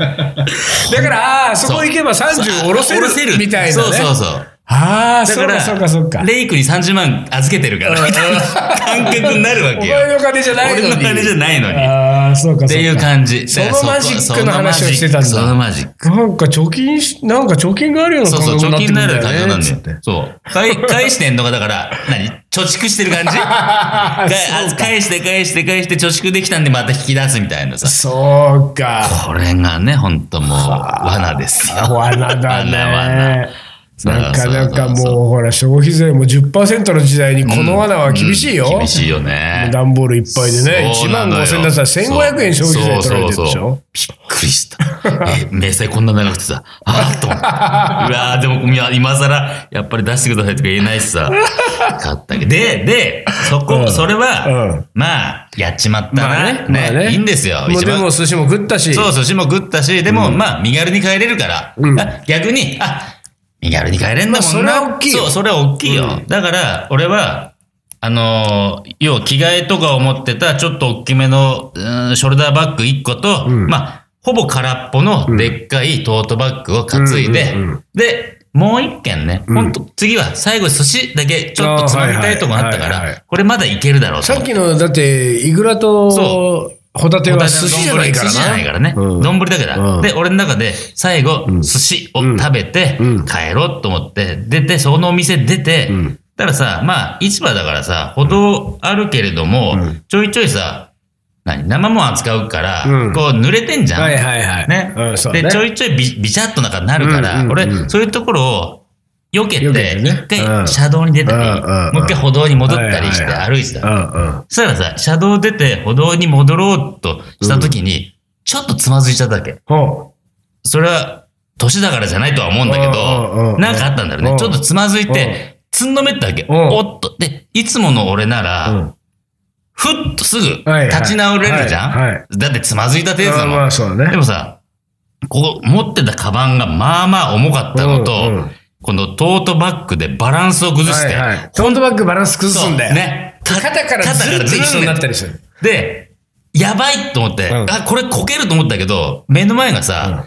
S1: けだから、ああー、そこ行けば30下ろせ
S2: 下
S1: るみたいなね。
S2: そうそうそう。
S1: ああ、
S2: だ
S1: そ
S2: か
S1: う
S2: ら、
S1: かそうかそうか。
S2: レイクに30万預けてるから、みたいな感覚になるわ
S1: お
S2: け
S1: 前
S2: よ。
S1: のお金じゃないの
S2: 俺
S1: に。
S2: の金じゃないのに。っ
S1: ああ、そうかそうか。
S2: ていう感じ。
S1: そ
S2: だから
S1: のマジックの話をしてたんだ。
S2: そのマジック。
S1: なんか貯金し、なんか貯金があるような
S2: そう
S1: 感
S2: そう、
S1: 覚に
S2: 貯
S1: なって
S2: 金
S1: く
S2: に
S1: る
S2: なんる感
S1: だ
S2: じ
S1: よね
S2: なんだよ。そう。返 返してんのが、だから、何貯蓄してる 感じ
S1: そう
S2: 返
S1: か
S2: 返して返して返して貯蓄できたんでまた引き出すみたいなさ。
S1: そうか。
S2: これがね、ほんともう、罠ですよ。
S1: 罠だ
S2: 罠罠
S1: ね。なかなか
S2: そうそうそうそ
S1: もうほら消費税も10%の時代にこの罠は厳しいよ。
S2: 厳しいよね。
S1: 段ボールいっぱいでね、
S2: そ
S1: 1
S2: うな
S1: 万
S2: のよ
S1: 5千だったら1500円消費税取られてるでし
S2: そうそうそう
S1: ょ
S2: びっくりした。えー、明細こんな長くてさ、あーっと思って。うわーでもいや今更、やっぱり出してくださいとか言えないしさ、買ったけど。で、で、そこ、
S1: うん
S2: それは、
S1: うん
S2: まあ、やっちまったな。ねいいんですよ、
S1: もう
S2: 一
S1: で
S2: 番。
S1: も寿司も食ったし。
S2: そう、寿司も食ったし、でも、まあ、身軽に帰れるから、
S1: うん
S2: あ逆に、あ、身軽に帰れんだもん
S1: ま
S2: な。
S1: あそれは大きいよ
S2: そう、それは大きいよ。だから、俺は、あのー要は着替えとかを持ってた、ちょっと大きめの、うーんショルダーバッグ1個と、まあ、ほぼ空っぽのでっかいトートバッグを担いで、
S1: うんうんう
S2: で、もう一件ね、ほんと、次は最後寿司だけちょっとつまみたいとこあったか
S1: あーはいはいはいは
S2: ら、これまだいけるだろうと
S1: さ
S2: 思っ
S1: ってきの、だって、イグラと
S2: そ
S1: ホタテは
S2: は
S1: 寿司じゃないからな。
S2: 寿司じゃないからね。
S1: うん
S2: 丼だけ
S1: うん
S2: だ。で、俺の中で最後、寿司を食べて
S1: うん、
S2: 帰ろうと思って、出て、そのお店出て
S1: ん、
S2: だからさ、まあ、市場だからさ、歩道あるけれども、ちょいちょいさ、何生もん扱うから、
S1: うん
S2: こう濡れてんじゃん。
S1: はいはいはい。
S2: ね
S1: うん、そうだ
S2: で、
S1: ね
S2: ちょいちょいビビチャッとなんかなるか
S1: う
S2: ら、
S1: んうんうん
S2: 俺、そういうところを、避けて、
S1: 避けてね
S2: 一
S1: うん
S2: 回車道に出たり、
S1: うんうんうん
S2: もう一回歩道に戻ったりして
S1: はいはい
S2: 歩いてたの
S1: うんうん。
S2: そしたらさ、車道出て歩道に戻ろうとした時に、ちょっとつまずいちゃったわけ。
S1: ほ
S2: それは、年だからじゃないとは思うんだけ
S1: うんうんうん
S2: ど、なんかあったんだろう
S1: うん
S2: ね。ちょっとつまずいて、つんのめったわけ。
S1: うん
S2: おっと。で、いつもの俺な
S1: う。うん
S2: ら、ふっとすぐ
S1: はいはい
S2: 立ち直れるじゃ
S1: はいはい
S2: んだってつまずいた程度だ
S1: あ
S2: も
S1: ま
S2: ん
S1: あ。そうだ
S2: で
S1: ね。
S2: もさ、ここ持ってたカバンがまあまあ重かったの
S1: うんう
S2: と
S1: ん、
S2: このトートバッグでバランスを崩して、
S1: はいはい。トートバッグバランス崩すんだよ。
S2: そう。ね。
S1: 肩からずっと一緒になったりする。
S2: で、やばいと思って、
S1: うん
S2: あ、これこけると思ったけど、目の前がさ、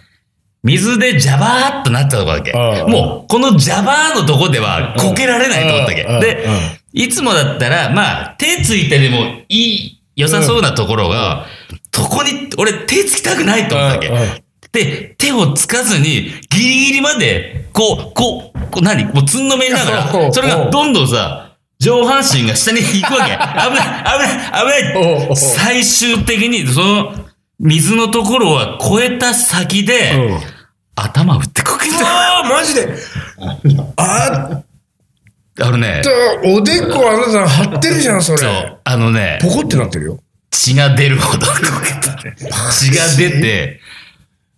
S2: 水でジャバーっとなったとこだっけ。
S1: うん
S2: もう、このジャバーのとこではこけられないと思ったっけ。
S1: うんうん
S2: で
S1: うん、
S2: いつもだったら、まあ、手ついてでもいい、良さそうなところが、そこに、俺手つきたくないと思ったわけ。
S1: うんうん
S2: で、手をつかずに、ギリギリまで、こう、こう、こう何もうつんのめりなが
S1: お
S2: ら、
S1: う
S2: それ
S1: お
S2: が
S1: う
S2: どんどんさ、上半身が下に行くわ け。危ない、危ない、危
S1: おうお
S2: な
S1: う
S2: い。最終的に、その、水のところは越えた先で、
S1: うん。
S2: 頭打ってこけた。
S1: ああ、マジで。あ
S2: あのね
S1: っ、と、おでこあなた張ってるじゃん、そ
S2: そ
S1: れ。
S2: う、あのね、
S1: ポコってなってるよ。
S2: 血が出るほどこけた。血が出て、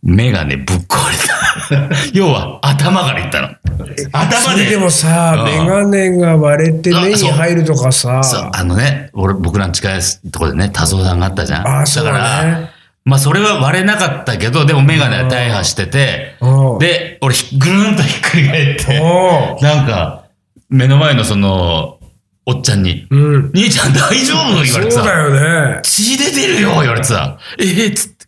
S2: 目がね、ぶっ壊 れた。要は、頭からいったの。頭
S1: それ
S2: で。
S1: でも
S2: う
S1: さ、
S2: ん
S1: メガネが割れて目に入るとかさ、
S2: そう、あのね、俺、僕らの近いところでね、多相談があったじゃん。
S1: ああそうだね
S2: から、まあ、それは割れなかったけど、でもメガネは大破してて
S1: う、ん
S2: で、俺、ひぐるんとひっくり返って、
S1: お
S2: なんか、目の前のその、おっちゃんに、
S1: ううん。
S2: 兄ちゃん大丈夫言わ
S1: そ
S2: れ
S1: う
S2: てさ。
S1: だよね。
S2: 血出てるよ言われてさ、ええっつって、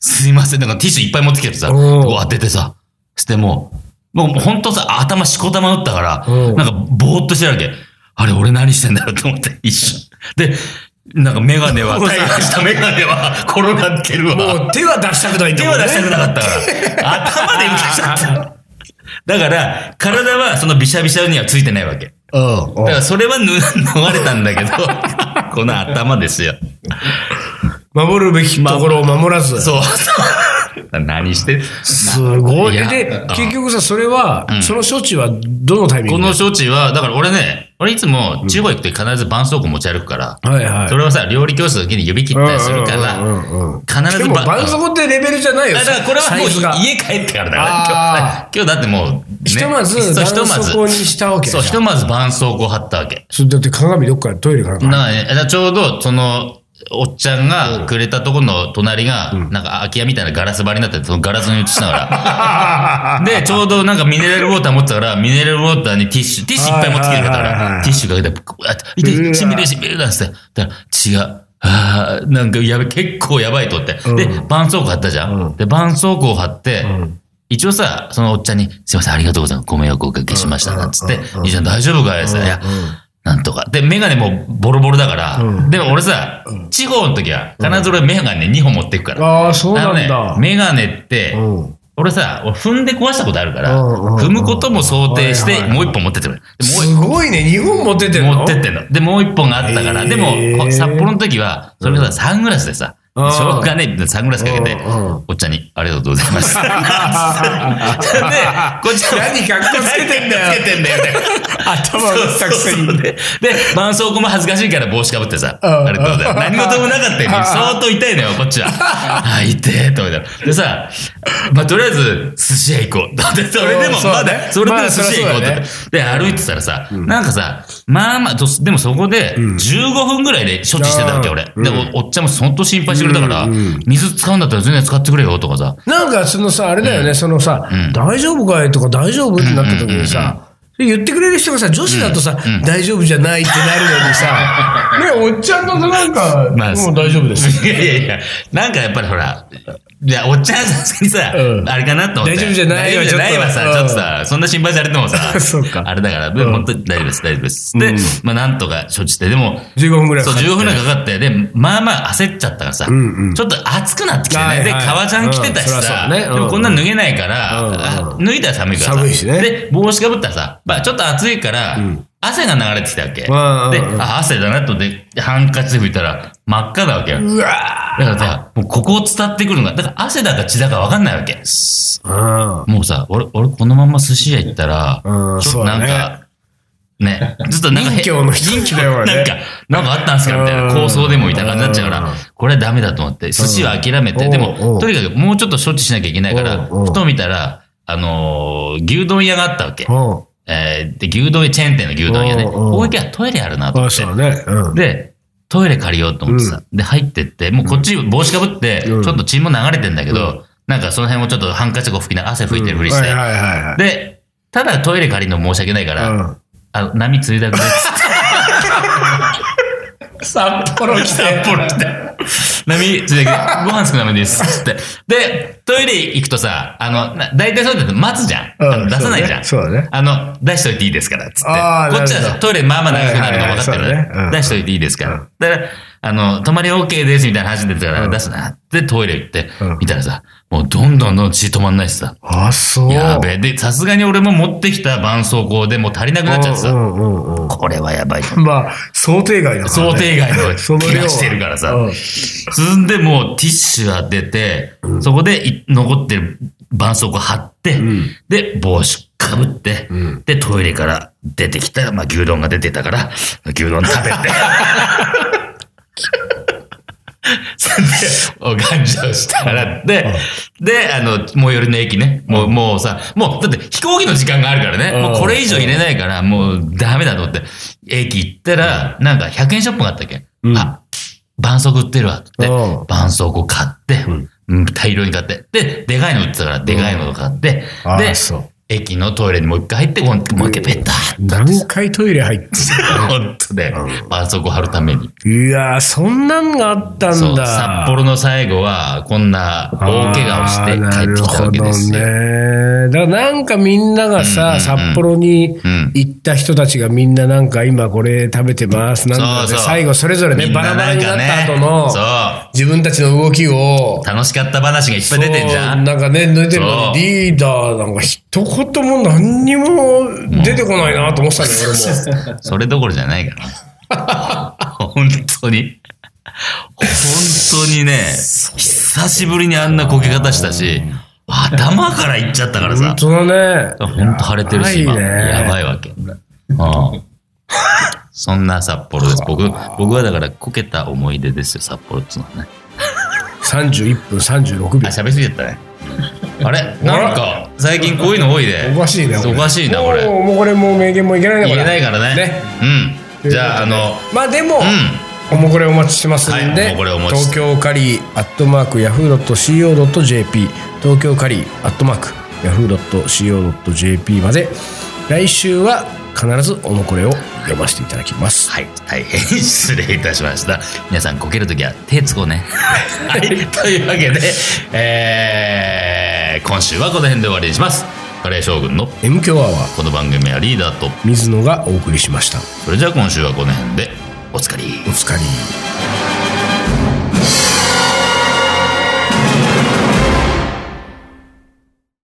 S2: すいません、なんかティッシュいっぱい持ってきてさ、
S1: うん
S2: こう当ててさ、してもう、もうほんとさ、頭しこたま打ったから、
S1: うん
S2: なんかぼーっとしてるわけ。あれ、俺何してんだろうと思って、一瞬。で、なんかメガネ は、
S1: もうさ
S2: 大破したメガネは転がってるわ。
S1: もう手は出したくないんだ
S2: 手
S1: もん
S2: は
S1: ね
S2: 出したくなかったから、頭で打ちちゃった。だから、体はそのビシャビシャにはついてないわけ。
S1: うん
S2: だ
S1: う
S2: か
S1: ん
S2: らそれはぬ 逃れたんだけど、この頭ですよ。
S1: 守るべきところを守らず。
S2: そ うそう。何して
S1: すごい。
S2: いや
S1: で
S2: う、ん
S1: 結局さ、それは、その処置はどのタイミン
S2: こ
S1: グ
S2: の
S1: で
S2: 処置は、だから俺ね、俺いつも地方行くと必ず絆創膏持ち歩くから、
S1: はいはい。
S2: それはさ、料理教室の時に指切ったりするから、
S1: うんうんうんうん
S2: 必
S1: で
S2: ず
S1: も、
S2: ば
S1: バンソコってレベルじゃないよ。
S2: だからこれはもう
S1: サイズが
S2: 家帰ってからだ
S1: あ
S2: から、今日だってもうね、
S1: ひとまず、
S2: そうひと
S1: 絆
S2: まず
S1: 創膏にしたわけ
S2: そう、ひとまず絆創膏貼ったわけ。
S1: それだって鏡どっかトイレから。
S2: なあねだからちょうど、その、おっちゃんがくれたとこの隣が、なんか空き家みたいなガラス張りになってて、そのガラスに映しながら、で、ちょうどなんかミネラルウォーター持ってたから、ミネラルウォーターにティッシュ、ティッシュいっぱい持ってきてくれたか
S1: はいはいはいは
S2: ら
S1: い、
S2: ティッシュかけて、こうやって、痛
S1: うわ
S2: いしびれるしびれるなんつって。だから、血が、あーなんかやべ、結構やばいとって。で、絆創膏貼ったじゃん。で、絆創膏貼って、一応さ、そのおっちゃんに、すいません、ありがとうございます。ご迷惑をおかけしました。なんつって、兄ちゃん大丈夫かいさ、いや、なんとか。で、メガネもボロボロだから、でも俺さ、地方の時は、必ず俺メガネ2本持ってくから。
S1: ああ、そう
S2: あ
S1: な
S2: の
S1: ん
S2: ね
S1: だ。、
S2: メガネって、
S1: うん
S2: 俺さ、俺踏んで壊したことあるから、
S1: うんうんうん
S2: 踏むことも想定し
S1: はい
S2: て、
S1: はいはい
S2: もう一本持ってってくれ。でもう
S1: すごいね、日本持っててるの
S2: 持ってってんの。で、もう一本があったから、
S1: へー
S2: でも、こ札幌の時は、それがさ、サングラスでさ、し
S1: うん
S2: ょうがねえ、サングラスかけて
S1: うんうん、
S2: おっちゃんに、ありがとうございます。 で、こっちは、
S1: 何格好つけてんだよ
S2: 何格好つけてんだよって。
S1: 頭打ったくせに。
S2: で、で絆創膏も恥ずかしいから帽子かぶってさ、
S1: うん
S2: あれどうだよ。何事もなかったよ
S1: うん
S2: ね。相当痛いのよ、こっちは。あ、痛えと思いながら。でさ、まあ、とりあえず、寿司屋行こう。 だって、それでも、
S1: そう
S2: ま
S1: そうね
S2: だ、それでも
S1: まあ
S2: 寿司屋行こうって。で、歩いてたらさ、なんかさ、まあまあ、とでもそこで、15分ぐらいで処置してたわけ、俺。で、おおっちゃんも相当心配してくれたから、水使うんだったら全然使ってくれよ、とかさ。
S1: なんか、そのさ、あれだよね、そのさ、
S2: ん
S1: 大丈夫かいとか大丈夫ってなった時にさ、言ってくれる人がさ、女子だとさ、大丈夫じゃないってなるのに さ、ね、おっちゃんだとなんか、
S2: まあ
S1: もう大丈夫です。
S2: いやいやいや、なんかやっぱりほら、いや、おっちゃんさすがにさ、
S1: うん
S2: あれかなと思って。
S1: 大丈夫じゃないよ
S2: 大丈夫じゃないわ
S1: ちょっ
S2: さ、
S1: と、
S2: ちょっとさ、そんな心配されても さ
S1: そうか
S2: あれだから、でも本当に大丈夫です、大丈夫です。で、まあなんとか処置して、でも、
S1: 15分ぐらい
S2: そう、15分ぐらいかかって、で、まあまあ焦っちゃったから
S1: ん
S2: さ、
S1: うん
S2: ちょっと暑くなってきてね、
S1: はいはい
S2: で、革ジャン着てた
S1: うん
S2: し
S1: そりゃ
S2: さ、
S1: そうだねうん
S2: でもこんな脱げないから、
S1: うんうん
S2: あ脱いだら寒いからさ
S1: 寒いしね
S2: で、帽子かぶったらさ、まあちょっと暑いから、汗が流れてきたわけ。で、
S1: うんうんうん
S2: あ、汗だなと思って、ハンカチで拭いたら真っ赤なわけよ。
S1: うわ
S2: だからさ、もうここを伝ってくるのが、だから汗だか血だか分かんないわけ。
S1: ー
S2: もうさ、俺、俺このまま寿司屋行ったら、
S1: うん
S2: ちょっとなんか、ね、ずっとなんかへ、
S1: 任侠の 人気だよ俺ね
S2: なんか、なんかあったんすかみたい
S1: うん
S2: な、構想でもみたいな感じになっちゃうから、これはダメだと思って、寿司は諦めて、
S1: うん
S2: で
S1: おうおう
S2: も、とにかくもうちょっと処置しなきゃいけないから、
S1: おうおう
S2: ふと見たら、あのー牛丼屋があったわけ。
S1: うん。
S2: えーで、牛丼屋、チェーン店の牛丼屋ね。
S1: おうおう
S2: ここ行けばトイレあるなと
S1: ああ、
S2: 思って
S1: そ。うだね。うん。
S2: で、トイレ借りようと思ってさ、で、入ってって、もうこっち帽子かぶって、ち
S1: うん
S2: ょっと血も流れてんだけど、なんかその辺もちょっとハンカチでこう拭きな、汗拭いてるふりし
S1: はい
S2: て。
S1: はいはいはい。
S2: で、ただトイレ借りるの申し訳ないから、
S1: うん
S2: あの、波ついだくれっつって。
S1: 札幌来
S2: 札
S1: て。
S2: 幌来て。波、つってご飯少なめです。つって。で、トイレ行くとさ、あの、な大体そうだって待つじゃん。
S1: うん
S2: あの出さないじゃん。
S1: そうだねそうだね
S2: あの、出しといていいですから、つって。
S1: あー
S2: こっち
S1: なるほ
S2: は
S1: ど
S2: トイレまあまあ長くなる
S1: はいはい
S2: の
S1: はい
S2: 分かってる
S1: そうだね
S2: ね
S1: うん。
S2: 出しといていいですから。だから、あの、泊まり OK ですみたいな話出てたから、
S1: うん
S2: 出すな。で、トイレ行って
S1: うん、
S2: 見たらさ、もうどんどんどんどん血止まんないしさ。
S1: あ、そう。
S2: やべえ。で、さすがに俺も持ってきた絆創膏でもう足りなくなっちゃって
S1: う
S2: さ、
S1: んうんうんうん
S2: これはやばい。
S1: まあ、想定外だから、ね。
S2: 想定外 の
S1: その量
S2: 気
S1: は
S2: がしてるからさ
S1: うん
S2: 進んでもうティッシュが出て、そこでい残ってる絆創膏貼って、
S1: ん
S2: で、帽子かぶって、
S1: ん
S2: で、トイレから出てきたら、まあ、牛丼が出てたから、牛丼食べ て。それで、お勘定して払って、で、あの、最寄りの駅ね、もう、もうさ、もう、だって飛行機の時間があるからね、
S1: うん
S2: もうこれ以上入れないから、もうダメだと思って、駅行ったら、なんか100円ショップがあったっけ、
S1: うん
S2: あ、絆創膏売ってるわって
S1: うん、
S2: 絆創膏買って、うん大量に買って、で、でかいの売ってたから、でかいのを買って、
S1: あ
S2: で、
S1: そう
S2: 駅のトイレにもう一回入って、もうもう一回ペタッ
S1: 何回トイレ入って
S2: 本当で、絆創膏貼るために。
S1: るいやー、そんなんがあった
S2: そ
S1: ん
S2: う、
S1: だ。
S2: 札幌の最後は、こんな大怪我をして帰ってきたわけです
S1: あー
S2: よ。
S1: なるほどね。だからなんかみんながさ、
S2: うんうんうん
S1: 札幌に
S2: うん
S1: 行った人たちがみんななんか今これ食べてます。なんかで
S2: そうそう
S1: 最後それぞれね、
S2: みん
S1: バ
S2: な
S1: ラバラ
S2: なん
S1: にな
S2: か
S1: っ
S2: ね
S1: た後の
S2: そ
S1: 自分たちの動きを
S2: う、、楽しかった話がいっぱい出てんじゃ。
S1: そうんなんかね、出てるの
S2: そう
S1: にリーダーなんか一言も何にも出てこないなと思ってたんだよ、俺も。
S2: それどころじゃないから。本当に。本当にね、久しぶりにあんなこけ方したし、頭からいっちゃったからさ
S1: 本。当だね。
S2: 本当腫れてる
S1: や
S2: し、今。
S1: ばいね
S2: やばいわけ。うんそんな札幌です。僕、僕はだから、こけた思い出ですよ、札幌っつうのはね。
S1: 31分36
S2: あ、
S1: 秒。
S2: 喋りすぎちゃったね。あれなんか、最近こういうの多いで。
S1: おかしいね。
S2: おかしいな、これ。
S1: もうもうこれもう名言もいけないね、こ
S2: 言
S1: れ。
S2: えないからね
S1: ね。
S2: うん。じゃあ、あの、
S1: まあでも、
S2: う
S1: おもこれお待ちしてますんで、
S2: はいおもこれお待ちし
S1: 東
S2: て
S1: 京カリーアットマークヤフー .co.jp 東京カリーアットマークヤフー .co.jp まで来週は必ずおもこれを読ませていただきます。
S2: はい、大変失礼いたしました。皆さん、こけるときは手つこうね。はい、というわけで、えー、今週はこの辺で終わりにします。カレー将軍の
S1: M 強アワー
S2: この番組はリーダーと
S1: 水野がお送りしました。
S2: それじゃあ今週はこの辺で